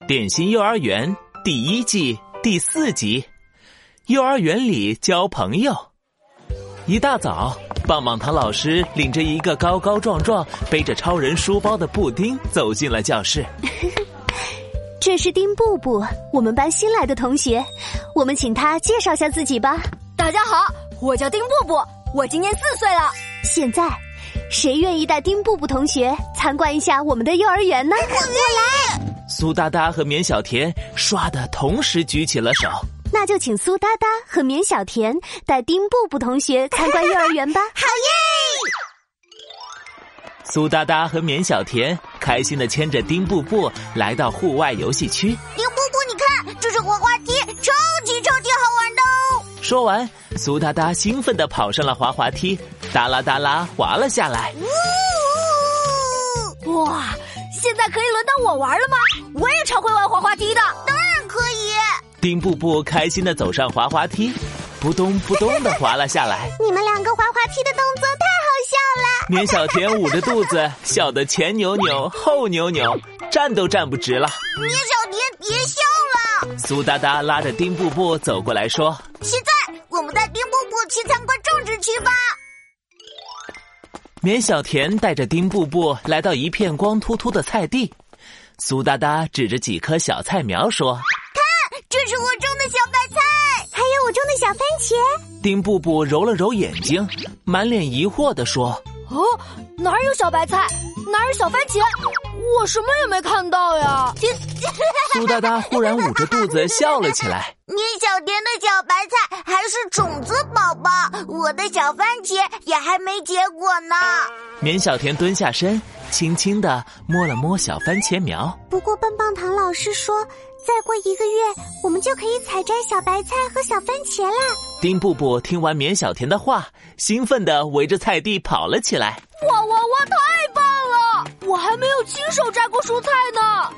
《点心幼儿园》第一季第四集，幼儿园里交朋友。一大早，棒棒糖老师领着一个高高壮壮、背着超人书包的布丁走进了教室。这是丁布布，我们班新来的同学，我们请他介绍下自己吧。大家好，我叫丁布布，我今年四岁了。现在，谁愿意带丁布布同学参观一下我们的幼儿园呢？我来，苏哒哒和绵小甜唰的同时举起了手。那就请苏哒哒和绵小甜带丁布布同学参观幼儿园 吧。好耶！苏哒哒和绵小甜开心的牵着丁布布来到户外游戏区。丁布布，你看，这是滑滑梯，超级超级好玩的哦！说完，苏哒哒兴奋的跑上了滑滑梯，哒啦哒啦滑了下来。呜哇，现在可以轮到我玩了吗？我也超会玩滑滑梯的。当然可以。丁布布开心的走上滑滑梯，扑咚扑咚的滑了下来。你们两个滑滑梯的动作太好笑了。绵小甜捂着肚子，笑得前扭扭后扭扭，站都站不直了。绵小甜，别笑了。苏哒哒拉着丁布布走过来说现在我们带丁布布去参观种植区吧。：“绵小甜带着丁布布来到一片光秃秃的菜地。”苏哒哒指着几棵小菜苗说这是我种的小白菜，还有我种的小番茄。：“丁布布揉了揉眼睛，满脸疑惑地说。”哦，哪儿有小白菜，哪儿有小番茄，我什么也没看到呀。苏哒哒忽然捂着肚子笑了起来。米小甜的小白菜还是种子宝宝，我的小番茄也还没结果呢。绵小甜蹲下身，轻轻地摸了摸小番茄苗。不过棒棒糖老师说，再过一个月我们就可以采摘小白菜和小番茄啦。丁布布听完绵小甜的话，兴奋地围着菜地跑了起来。哇哇哇，太棒了！我还没有亲手摘过蔬菜 呢。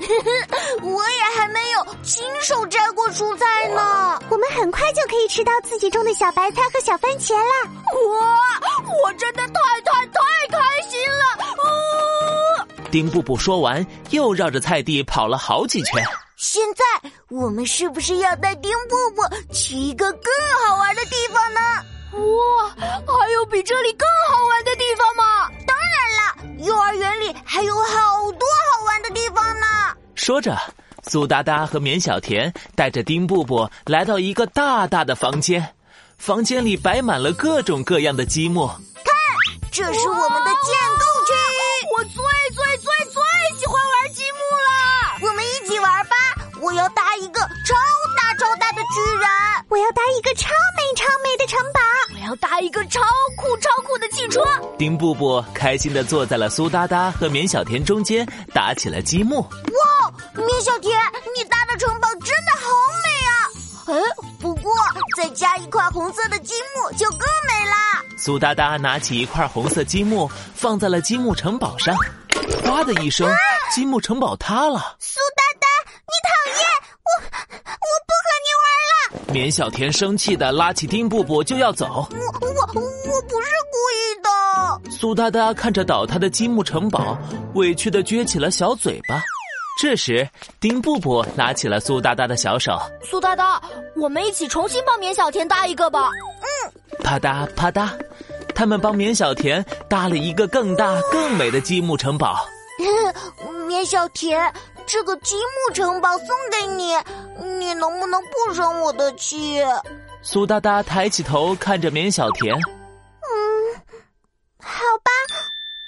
我也还没有亲手摘过蔬菜呢。我们很快就可以吃到自己种的小白菜和小番茄啦。哇，我真的太太太开心了！哦，丁布布说完，又绕着菜地跑了好几圈。现在我们是不是要带丁布布去一个更好玩的地方呢？哇，还有比这里更好玩的地方吗？当然了，幼儿园里还有好多好玩的地方呢。说着，苏哒哒和绵小甜带着丁布布来到一个大大的房间，房间里摆满了各种各样的积木。这是我们的建构区，我最最最最喜欢玩积木了。我们一起玩吧。我要搭一个超大超大的巨人。我要搭一个超美超美的城堡。我要搭一个超酷超酷的汽车。丁布布开心地坐在了苏哒哒和绵小甜中间，打起了积木。米小甜，你搭的城堡真的好美啊！哎，不过再加一块红色的积木就更美啦。苏哒哒拿起一块红色积木，放在了积木城堡上，哗的一声，积木城堡塌了。苏哒哒，你讨厌我，我绵小甜生气的拉起丁布布就要走，不和你玩了。我我我不是故意的。 苏哒哒看着倒塌的积木城堡，委屈的撅起了小嘴巴。这时，丁布布拉起了苏哒哒的小手，苏大大，我们一起重新帮绵小甜搭一个吧。啪嗒啪嗒，他们帮绵小甜搭了一个更大更美的积木城堡。米小甜，这个积木城堡送给你，你能不能不生我的气？苏哒哒抬起头看着绵小甜，好吧，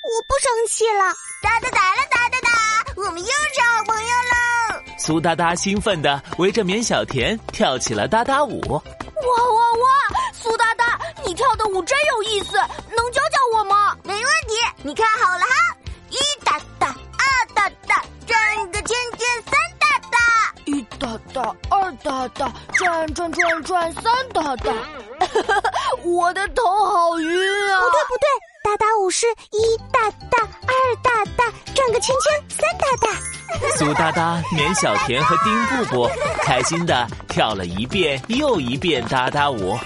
我不生气了。哒哒哒啦哒哒哒，我们又是好朋友喽！苏哒哒兴奋地围着绵小甜跳起了哒哒舞。哇哇哇！苏大大，你跳的舞真有意思，能教教我吗？没问题，你看好了哈，一哒哒，二哒哒，转个圈圈，三哒哒。一哒哒，二哒哒，转转转转三哒哒。我的头好晕啊！不对不对，哒哒舞是一哒哒，二哒哒，转个圈圈，三哒哒。苏哒哒、绵小甜和丁布布开心的跳了一遍又一遍哒哒舞。